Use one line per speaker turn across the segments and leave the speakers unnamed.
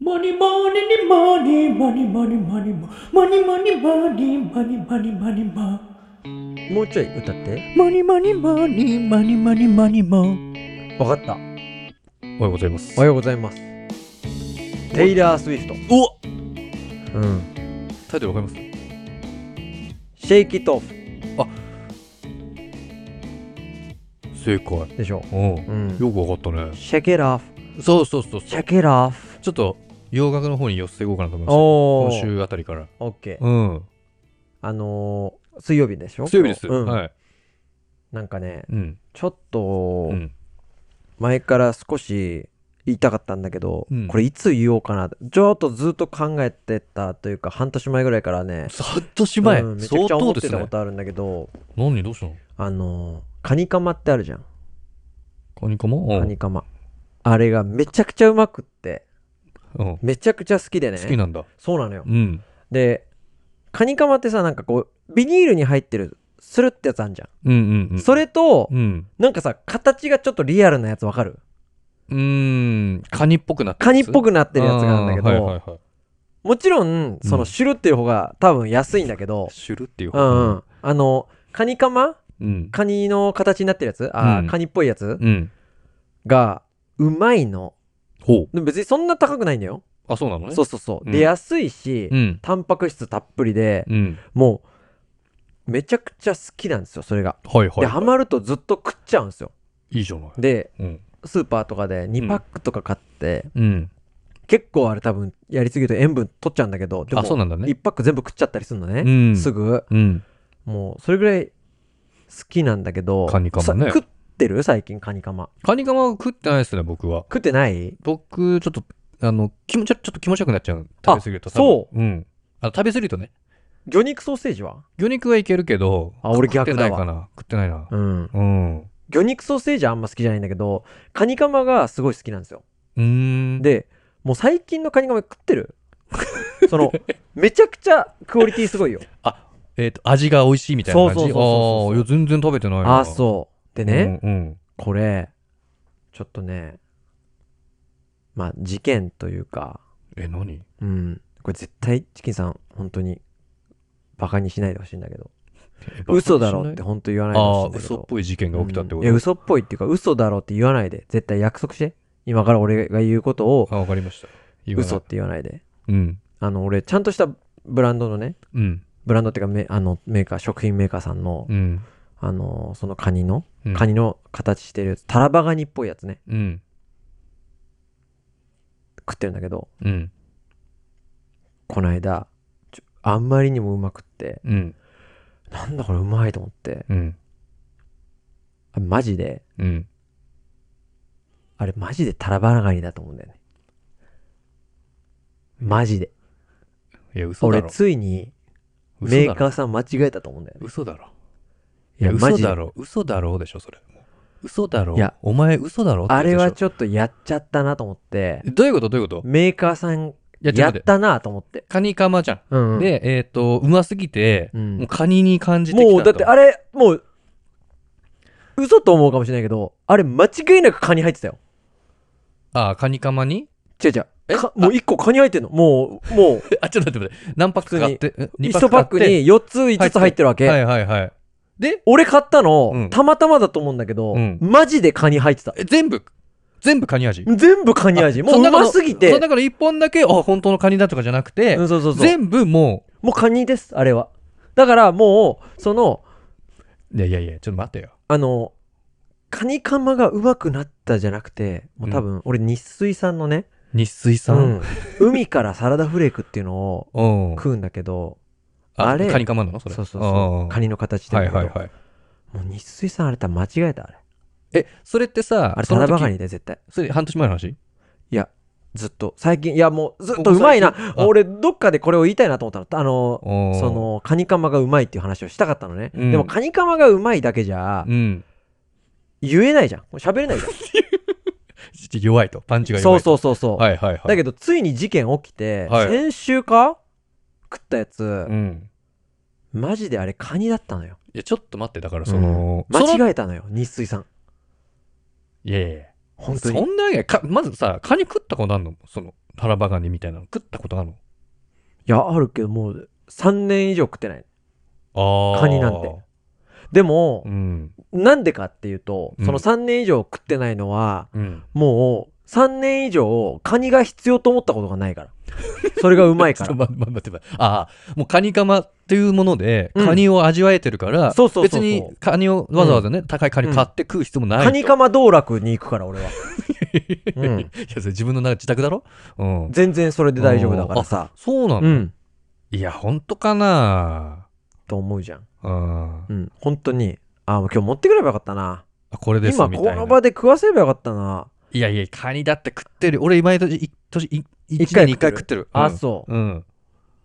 money, money, money, money, money, money, money, money, money, money, money, money, money.
もうちょい歌って。
Money, money, money, money, money, money, money.
わかった。
おはようございます
おはようございます。テイラー・スウィフ
お
ト。うん。
タイトルわかります
シェイキ・トーフ
正解
でしょ。
うん
うん。
よくわかったね
シェケラーフ。
そうそうそう
シ
そう
ェケラーフ。
ちょっと洋楽の方に寄せていこうかなと思いました
お
今
ー。
週あたりから
オッケー。
うん
あのー、水曜日でしょ
強いです、
うん
はい
なんかね、
うん
ちょっ
う
と、
ん
前から少し言いたかったんだけど、
うん
これいつ言おうかな。ちょっとずっと考えてたというか、半年前ぐらいからね、
半年前、
うんめちゃく
相
ちゃ思
当
っ
で
て
す
た
ね
ことあるんだけど、
何どうしたの
あのー、カニカマってあるじゃん。
カニカマう
カ
ん
ニカマ。あれがめちゃくちゃうまくって、
うん好
めちゃくちゃ好きでね。
きなんだ
そうなのよ
う。ん
で、カニカマってさ、なんかこう、ビニールに入ってる、スルってやつあんじゃん。
うんうんうん
それと、
うん
なんかさ、形がちょっとリアルなやつわかる
うーんカニっぽくなって
カニっぽ
く
くなってるやつがあるんだけど、
はいはいはい
もちろん、その、シュルっていう方が多分安いんだけど、
シュルっていう
うん、うん、あの、カニカマ
うん
カニの形になってるやつあー、
うん
カニっぽいやつ
うん
が、うまいの。
ほう
でも別にそんな高くないんだよ。
あそうなのね
そうそうそう。
う
で、
ん
安いし、
うん
タンパク質たっぷりで、
うん
もう、めちゃくちゃ好きなんですよ、それが。
はいはい
で、ハマるとずっと食っちゃうんですよ。
いいじゃない
で、
うん
スーパーとかで2パックとか買って、
うん
結構あれ多分やりすぎると塩分取っちゃうんだけど、でも
あそうなんだね
1パック全部食っちゃったりするのね。
うん
すぐ。
うん
もう、それぐらい好きなんだけど。
カニカマね
さ食ってる最近カニカマ。
カニカマは食ってないですね僕は
食ってない
僕、ちょっと、あの、気持ち、ちょっと気持ちよくなっちゃう。食べ過ぎると。。
あそう
うん。あの食べ過ぎるとね。
魚肉ソーセージは
魚肉はいけるけど、
あ俺逆だわ
食ってないかな。食ってないな。
うん。
うん。う
魚肉ソーセージはあんま好きじゃないんだけど、カニカマがすごい好きなんですよ。
ーん。、
で、もう最近のカニカマ食ってる その、めちゃくちゃクオリティすごいよ。
えっと、味が美味しいみたいな感じ。
そうそうそうそうそう
ああ、いや、全然食べてないな。
ああ、そう。で
う
ね、
んうん。
これ、ちょっとね、まあ、事件というか、
え、何
うん、これ絶対チキンさん、本当に、バカにしないでほしいんだけど、
え
嘘だろっ。
爆発してない
本当言わないでほし
あ
い
あ
ん、だけど。
嘘っぽい事件が起きたって
う
こ
んいや、
と
嘘っぽいっていうか、嘘だろって言わないで。絶対約束して。今から俺が言うことを、
あ、わかりました。言わない
嘘って言わないで。
うん。
あの、俺、ちゃんとしたブランドのね、
うん。
ブランドっていうかメ、あの、メーカー、食品メーカーさんの、
うん。
あの、そのカニの、
うん
カニの形してるやつ、タラバガニっぽいやつね、
うん。
食ってるんだけど、
うん。
この間、ちょあんまりにもうまくって、
うん。
なんだこれうまいと思って、
うん。
あマジで、
うん。
あれマジでタラバガニだと思うんだよね。マジで。
いや、嘘だ
俺
ろ。
ついに
嘘
メ
だ
ー
ろ
カーさん間違えたと思うんだよね。
嘘だろ。
い
い
や、
や、
マ
嘘
ジで
だ。ろ、嘘だろうでしょ、それ。嘘だろう。
いや
お前嘘だろって
あ
やつで
れ
しょ
はちょっとやっちゃったなと思って、
どういうことどういうこと
メーカーさん
いや、ちょ
や
っ
っ
と待って。
たなと思って。
カニカマじゃん。
うんうん、
で、えっ、と、うますぎて、
うん
もうカニに感じてきたと。
もうだってあれ、もう、嘘と思うかもしれないけど、あれ間違いなくカニ入ってたよ。
あ、カニカマに
違う違う。
え
かもう一個カニ入ってんの。もう、もう、
あ、ちょっと待って待って。何パック買ってえ二
一パック
買って
に4つ5つ入ってるわけ。
はいはいはい。で、
俺買ったの、
うん
たまたまだと思うんだけど、
うん
マジでカニ入ってた。
え全部、全部カニ味。
全部カニ味。
あ
もう
そうの中の
まそすぎて。
その中の一本だけ、あ、本当のカニだとかじゃなくて、
うんそうそうそう。
全部も
もうカニです、あれは。だからもう、その、
う、いやいやいや、ちょっと待ってよ。
あの、カニカマがうまくなったじゃなくて、もう多分、俺日水さんのね、
日水さ。
うんん海からサラダフレークっていうのを、
うん。
食うんだけど、
あ
あれ
カニカマなのそ
そう
れ。
そうそう
あー
カニの形して
は
る
い
けど、
はいはい。
もう日水さんあれた間違えたあれ
え、それってさ、
あれ
そ
た
の
だ
時
ばかりで絶対
それ半年前の話
いやずっと最近いやもうずっとうまいな
僕最近あ
俺どっかでこれを言いたいなと思ったのあの
そ
そ、のカニカマがうまいっていう話をしたかったのね、
うん
でもカニカマがうまいだけじゃ
うん。
言えないじゃん喋れないじゃん
ちょ弱いと。パンチが弱
そ
いうと。
そうそうそう、
はいはいはい。
だけどついに事件起きて、
はい
先週か食ったやつ、
うん。
マジであれカニだったのよ
いや、ちょっと待って、だからその、
間
その
違えたのよ日水さん
いやいやいや
本当
そ
に
んなわけないか、まずさ、カニ食ったことあんのその、タラバガニみたいなの食ったことある
いや、あるけど、もう3年以上食ってない。
のあー
カニなんてでも
う、ん
なんでかっていうと、
うん
その3年以上食ってないのは、
うん
もう3年以上カニが必要と思ったことがないから。それがうまいか
ちょっと
ら。
待って待って待ってああもうカニカマっていうもので
うん
カニを味わえてるから、
そうそうそうそう
別にカニをわざわざね、高いカニ買って食う必要もない、
カニカマ道楽に行くから、俺 は。うん
いやそれ自分の中自宅だろうん
全然それで大丈夫だからさ。
そうなの、
うん。
いや本当かな
と思うじゃん。
うん
うん。本当に。あ、もう今日持ってくればよかったな。
あこれです
今
みたいな
この場で食わせればよかったな。
いやいやカニだって食ってる俺毎年い年い一
一回
年に一回食ってる
あ、
うん
そう。
うん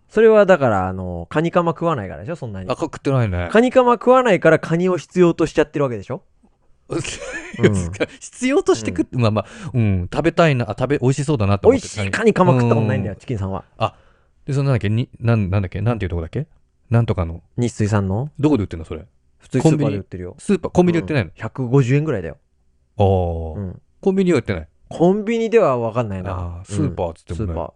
それはだから、あの、カニカマ食わないからでしょ、そんなに
あ。食ってないね
カニカマ食わないからカニを必要としちゃってるわけでしょうん
必要として食って、まあまあ、うん、食べたいな、あ食べ、美味しそうだなって
美
思っ
味
て。
しいカニカマ食ったことないんだよ、
う
チキンさんは。
で、そのなんだっけ、になんなんだっけ、なんていうとこだっけなんとかの。
日水さんの
どこで売ってんのそれ。
普通にスーパーで売ってるよ。
スーパー、コンビニで売ってないの、
150円ぐらいだよ。
ああ、
うん。
コンビニは売ってない。
コンビニでは分かんない
あ
な。
あ、スーパ
ー。
ーっつって
ス
も
ー
ね、
パ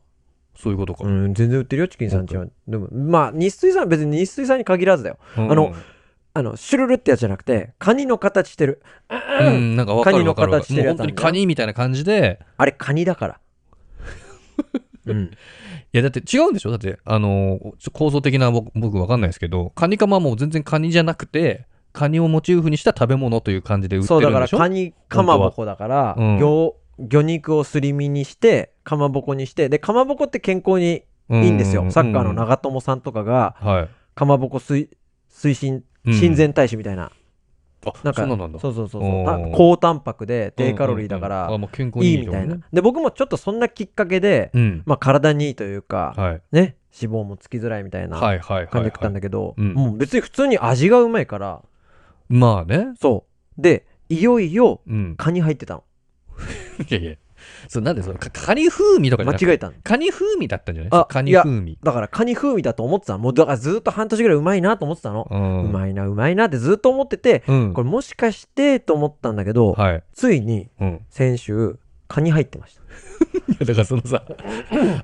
そういうことか。
ー。うん、全然売ってるよ、チキンさんちは。でも、まあ、日水さんは別に日水さんに限らずだよ。
うん
あの、あの、シュルルってやつじゃなくて、カニの形してる。
うんうん、なんかわかるわかるわ
カニの形
か
して
る。も
る
う
やつな
本当
んだよ
にカニみたいな感じで、
あれ、カニだ から。うん。
いやだって違うんでしょだって、あのー、ちょっと構造的な僕僕わかんないですけど、カニカマはもう全然カニじゃなくて、カニをモチーフにした食べ物という感じで売って
そう
る
だ
ん
か
で
ら
しょ
カニかまぼこだから、
本当はうん
魚魚肉をすり身にしてかまぼこにしてでかまぼこって健康に
う
いいんですよ、サッカーの長友さんとかが
はい。
かまぼこ推推進
うん
親善大使みたいな、
あ、
なんか
そうなんだ。
そうそうそう
お
そう
ー
た高タンパクで低カロリーだから、
うんうんうんあもう健康に
い
い
い
い
みたいな、
ってこ
で僕もちょっとそんなきっかけで、
とね。うん。
まあ、体にいいというか、
はい。
ね脂肪もつきづらいみたいな
はいはいは
感
い
じで食ったん
は
だけど、
うん
もう別に普通に味がうまいから
い。まあね。
そうでいよいよ
うん。
カニ入ってたの
いやいや。そうなんでそのかカニ風味とかじ
間
ゃなくて
違えたの
カニ風味だったんじゃない
あ
カニ風味。
だからカニ風味だと思ってたのもうだからずっと半年ぐらいうまいなと思ってたの、
う。
うん
い。
まいなうまいなってずっと思ってて、
うん。
これもしかしてと思ったんだけど、
はい。
ついに
うん。
先週カニ入ってました、
いやだからそのさ、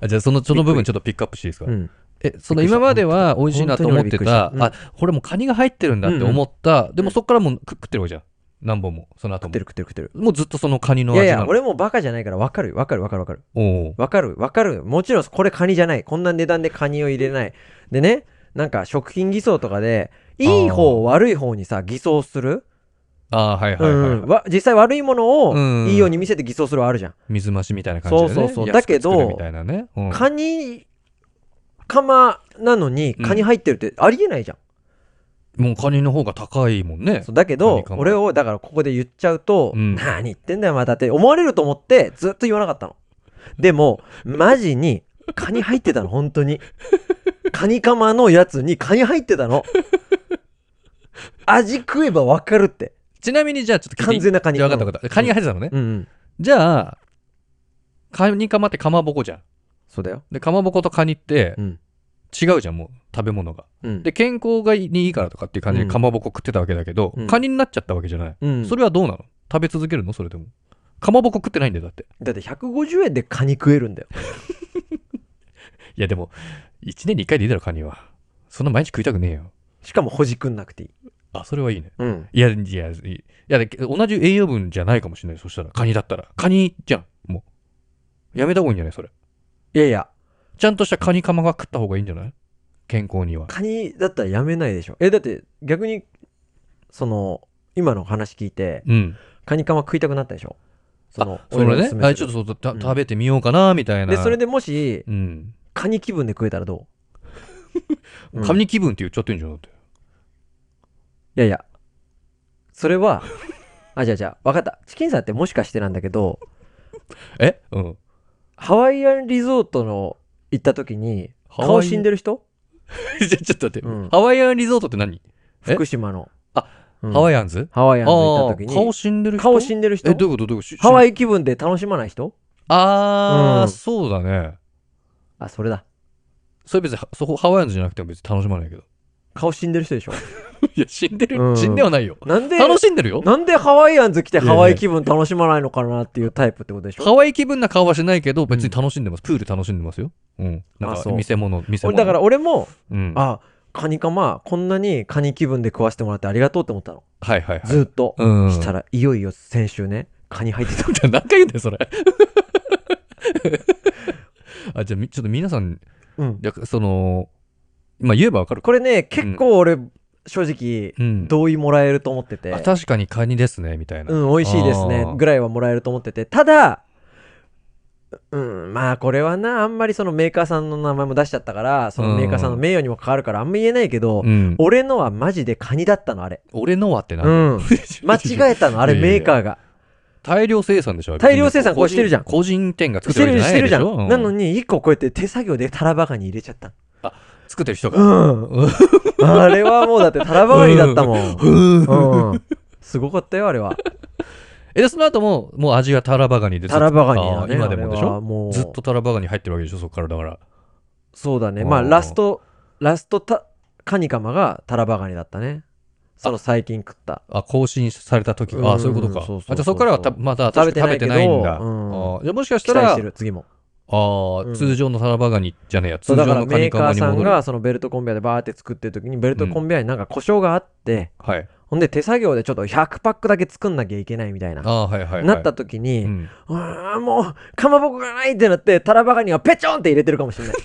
あじゃあそのその部分ちょっとピックアップしていいですか
う。ん
え、その今までは美味しいなと思ってた、
本当に俺びっ
あ、これもうカニが入ってるんだって思った、でもそっからもう食食ってるわけじゃん。何本も、その
食
後
っ
も
て。る食ってる食ってる
もうずっとそのカニの
いや
味
い
なの。
や俺もバカじゃないから分かる分かる分かる分かる
おう
分かる分かるもちろんこれカニじゃないこんな値段でカニを入れないでねなんか食品偽装とかでいい方悪い方にさ偽装する、
ああ、はいはいはいは
う
い
ん。わ実際悪いもの
うん
をいいように見せて偽装するはあるじゃん
水増しみたいな感じで、ね、
そうそうそう
安く
だけど
作るみたいなね、うん
カニカマなのにカニ入ってるってありえないじゃん、
もうカニの方が高いもんね
そうだけ
カ
ど
ニカマ
俺をだからここで言っちゃうと、
うん
何言ってんだよまたって思われると思ってずっと言わなかったのでもマジにカニ入ってたの本当にカニカマのやつにカニ入ってたの味食えばわかるって
ちなみにじゃあちょっと
完全なカニ
分かった分かったカニが入ってたのね、
うんうん
じゃあカニカマってかまぼこじゃん
そうだよ
でかまぼことカニって
うん
違うじゃんもう食べ物が
うん
で健康がいいにいいからとかっていう感じで
うん
かまぼこ食ってたわけだけど、
うん
カニになっちゃったわけじゃない、
うん
それはどうなの食べ続けるのそれでもかまぼこ食ってないんだよだって
だって150円でカニ食えるんだよ
いやでも1年に1回でいいだろカニはそんな毎日食いたくねえよ
しかもほじくんなくていい
あそれはいいね
うん
いや、いや、いいいや、で同じ栄養分じゃないかもしれない。そしたら、カニだったら。カニじゃん、もう。やめた方がいいんじゃないそれ。
いやいや
ちゃんとしたカニカマが食った方がいいんじゃない健康には。
カニだったらやめないでしょえだって逆にその今の話聞いて
うん。
カニカマ食いたくなったでしょその
あ、それ
俺のお
ね
すす。め
あ
す
ちょ
る
っとそうた
うん
食べてみようかな、みたいな。
でそれでもし
うん。
カニ気分で食えたらど う、うん
カ
い
ニ気分って言っちゃってんじゃん、だって。
やいやそれはあじゃあじゃあ分かったチキンさんってもしかしてなんだけど
えうん。
ハワイアンリゾートの行った時に
ハワイ
顔死んでる人
じゃ、 ちょっと待って、
うん
ハワイアンリゾートって何、え
福島の
あ、
うん
ハワイアンズ
ハワイ
あ
アン
あ
ズ行った時
ー、顔
に
死んでる人
顔死んでる
え、
人
どういうことどういうこと
ハワ
イ。
イ気分で楽しまない人
あー、
うん
そうだね。
あそれだ
それ別に、そこハワイアンズじゃなくても別に楽しまないけど。
顔死んでる人でしょ。
いや、死んでる、
うん
死んではないよ。
なんで、
楽しんでるよ。
なんでハワイアンズ来てハワイ気分楽しまないのかなっていうタイプってことでしょ。
ハワイ気分な顔はしないけど、別に楽しんでます。プール楽しんでますよ。うん。なん
あ
か、
そう
見せ物、見せ
俺だ
物。
から、俺も、
うん。
あ、カニカマ、こんなにカニ気分で食わせてもらってありがとうって思ったの。
はいはいはい。
ずっと。
うん。
した
ら。
ら、いよいよ先週ね、カニ入ってた。
何回言うんだよ、それ。 あ、じゃあ、みちょっと皆さん、
うん。
いやその、まあ、言えばわかるか。
これね、結構俺、正直、
うん。
同意もらえると思ってて。
あ確かにカニですね、みたいな。
うん、美味しいですね
あ。ー
ぐらいはもらえると思ってて。ただ、うん、まあこれはな、あんまりそのメーカーさんの名前も出しちゃったから、そのメーカーさんの名誉にも関わるから、あんま言えないけど、
うん、
俺のはマジでカニだったの、あれ。
俺のはってな、
うん。間
え
違えたの、あれ
いやいや
メーカーが。
大量生産でしょ
大量生産こうしてるじゃん
個人個人店が作っ
してて
るわけ
る、
じゃ
し
な
てるじ
いでし
ゃ
ょ
ん。なの
うん
に、一個こうやって手作業でタラバガニ入れちゃった。
作ってる人が、
うん。あれはもうだってタラバガニだったもん。うん。すごかったよ、あれ は。
えでその後ももう味はタラバガニでずっ
タ
と
ラバガニ
あ
だ
ー
ね。
今でもでし
あれは
ょ
もう
ずっとタラバガニ入ってるわけでしょそこからだから
そうだね。
うん
まあ、ラスト、ラストたカニカマがタラバガニだったね。その最近食った。
あ更新された時があーそういうことか
うんそうそうそう
あじゃあそこからはたまだ
食べ
確
て
か
な
に
いけど
ないんだ、
うん
あーじゃあもしかし
期
た
待
ら
してる、次も。
あー
うん
通常のタラバガニじゃねえや
そ
通
うだ
常
から
のカ
メ
ニ
ー
カ
カ
マ
ー
に
さん
戻る
がそのベルトコンベアでバーって作ってる時にベルトコンベアになんか故障があって、
はい
ほんで手作業でちょっと100パックだけ作んなきゃいけないみたいな。
あーはいはいはい
なった時
う
に、
ん
うーん、もうかまぼこがないってなってタラバガニはペチョンって入れてるかもしれ ない。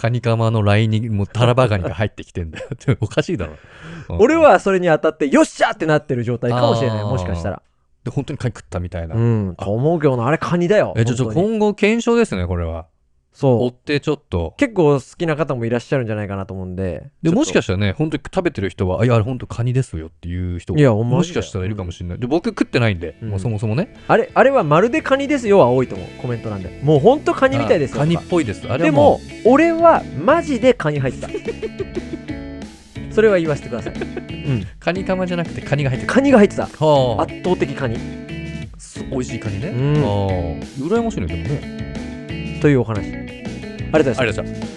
カニカマのラインにもうタラバガニが入ってきてんだよ。 ちょおかしいだろ。うん
俺、はそれに当たってよっしゃってなってる状態かもしれない。
あー
もしかしたら。
で本当にカニ食ったみたいな。
うん。と思うけどな、あれカニだよ。
え、ちょ、ちょ、
本当に
今後検証ですね、これは。
そう
追。ってちょっと。
結構好きな方もいらっしゃるんじゃないかなと思うんで。
で、もしか
し
したらね、本当に食べてる人は、あいや、あれ本当カニですよっていう人
いやお前だよ
もしかしたらいるかもしれない。で、僕食ってないんで、
うん
もうそもそもね。
あれ、あれはまるでカニですよは多いと思う。コメントなんで。もうほんとカニみたいですよ
あカニ
と
っ
か
ぽいです。あ
で
れはも
も、俺はマジでカニ入ってた。それは言わせてください。うん。
う、カニカマじゃなくてカニが入ってる。
カニが入ってた。
は
圧倒的カニ。
あ、す美味しいカニね。
うん
ああ、羨ましいね、でもね。
というお話。ありがとうございました
ありがとうございました。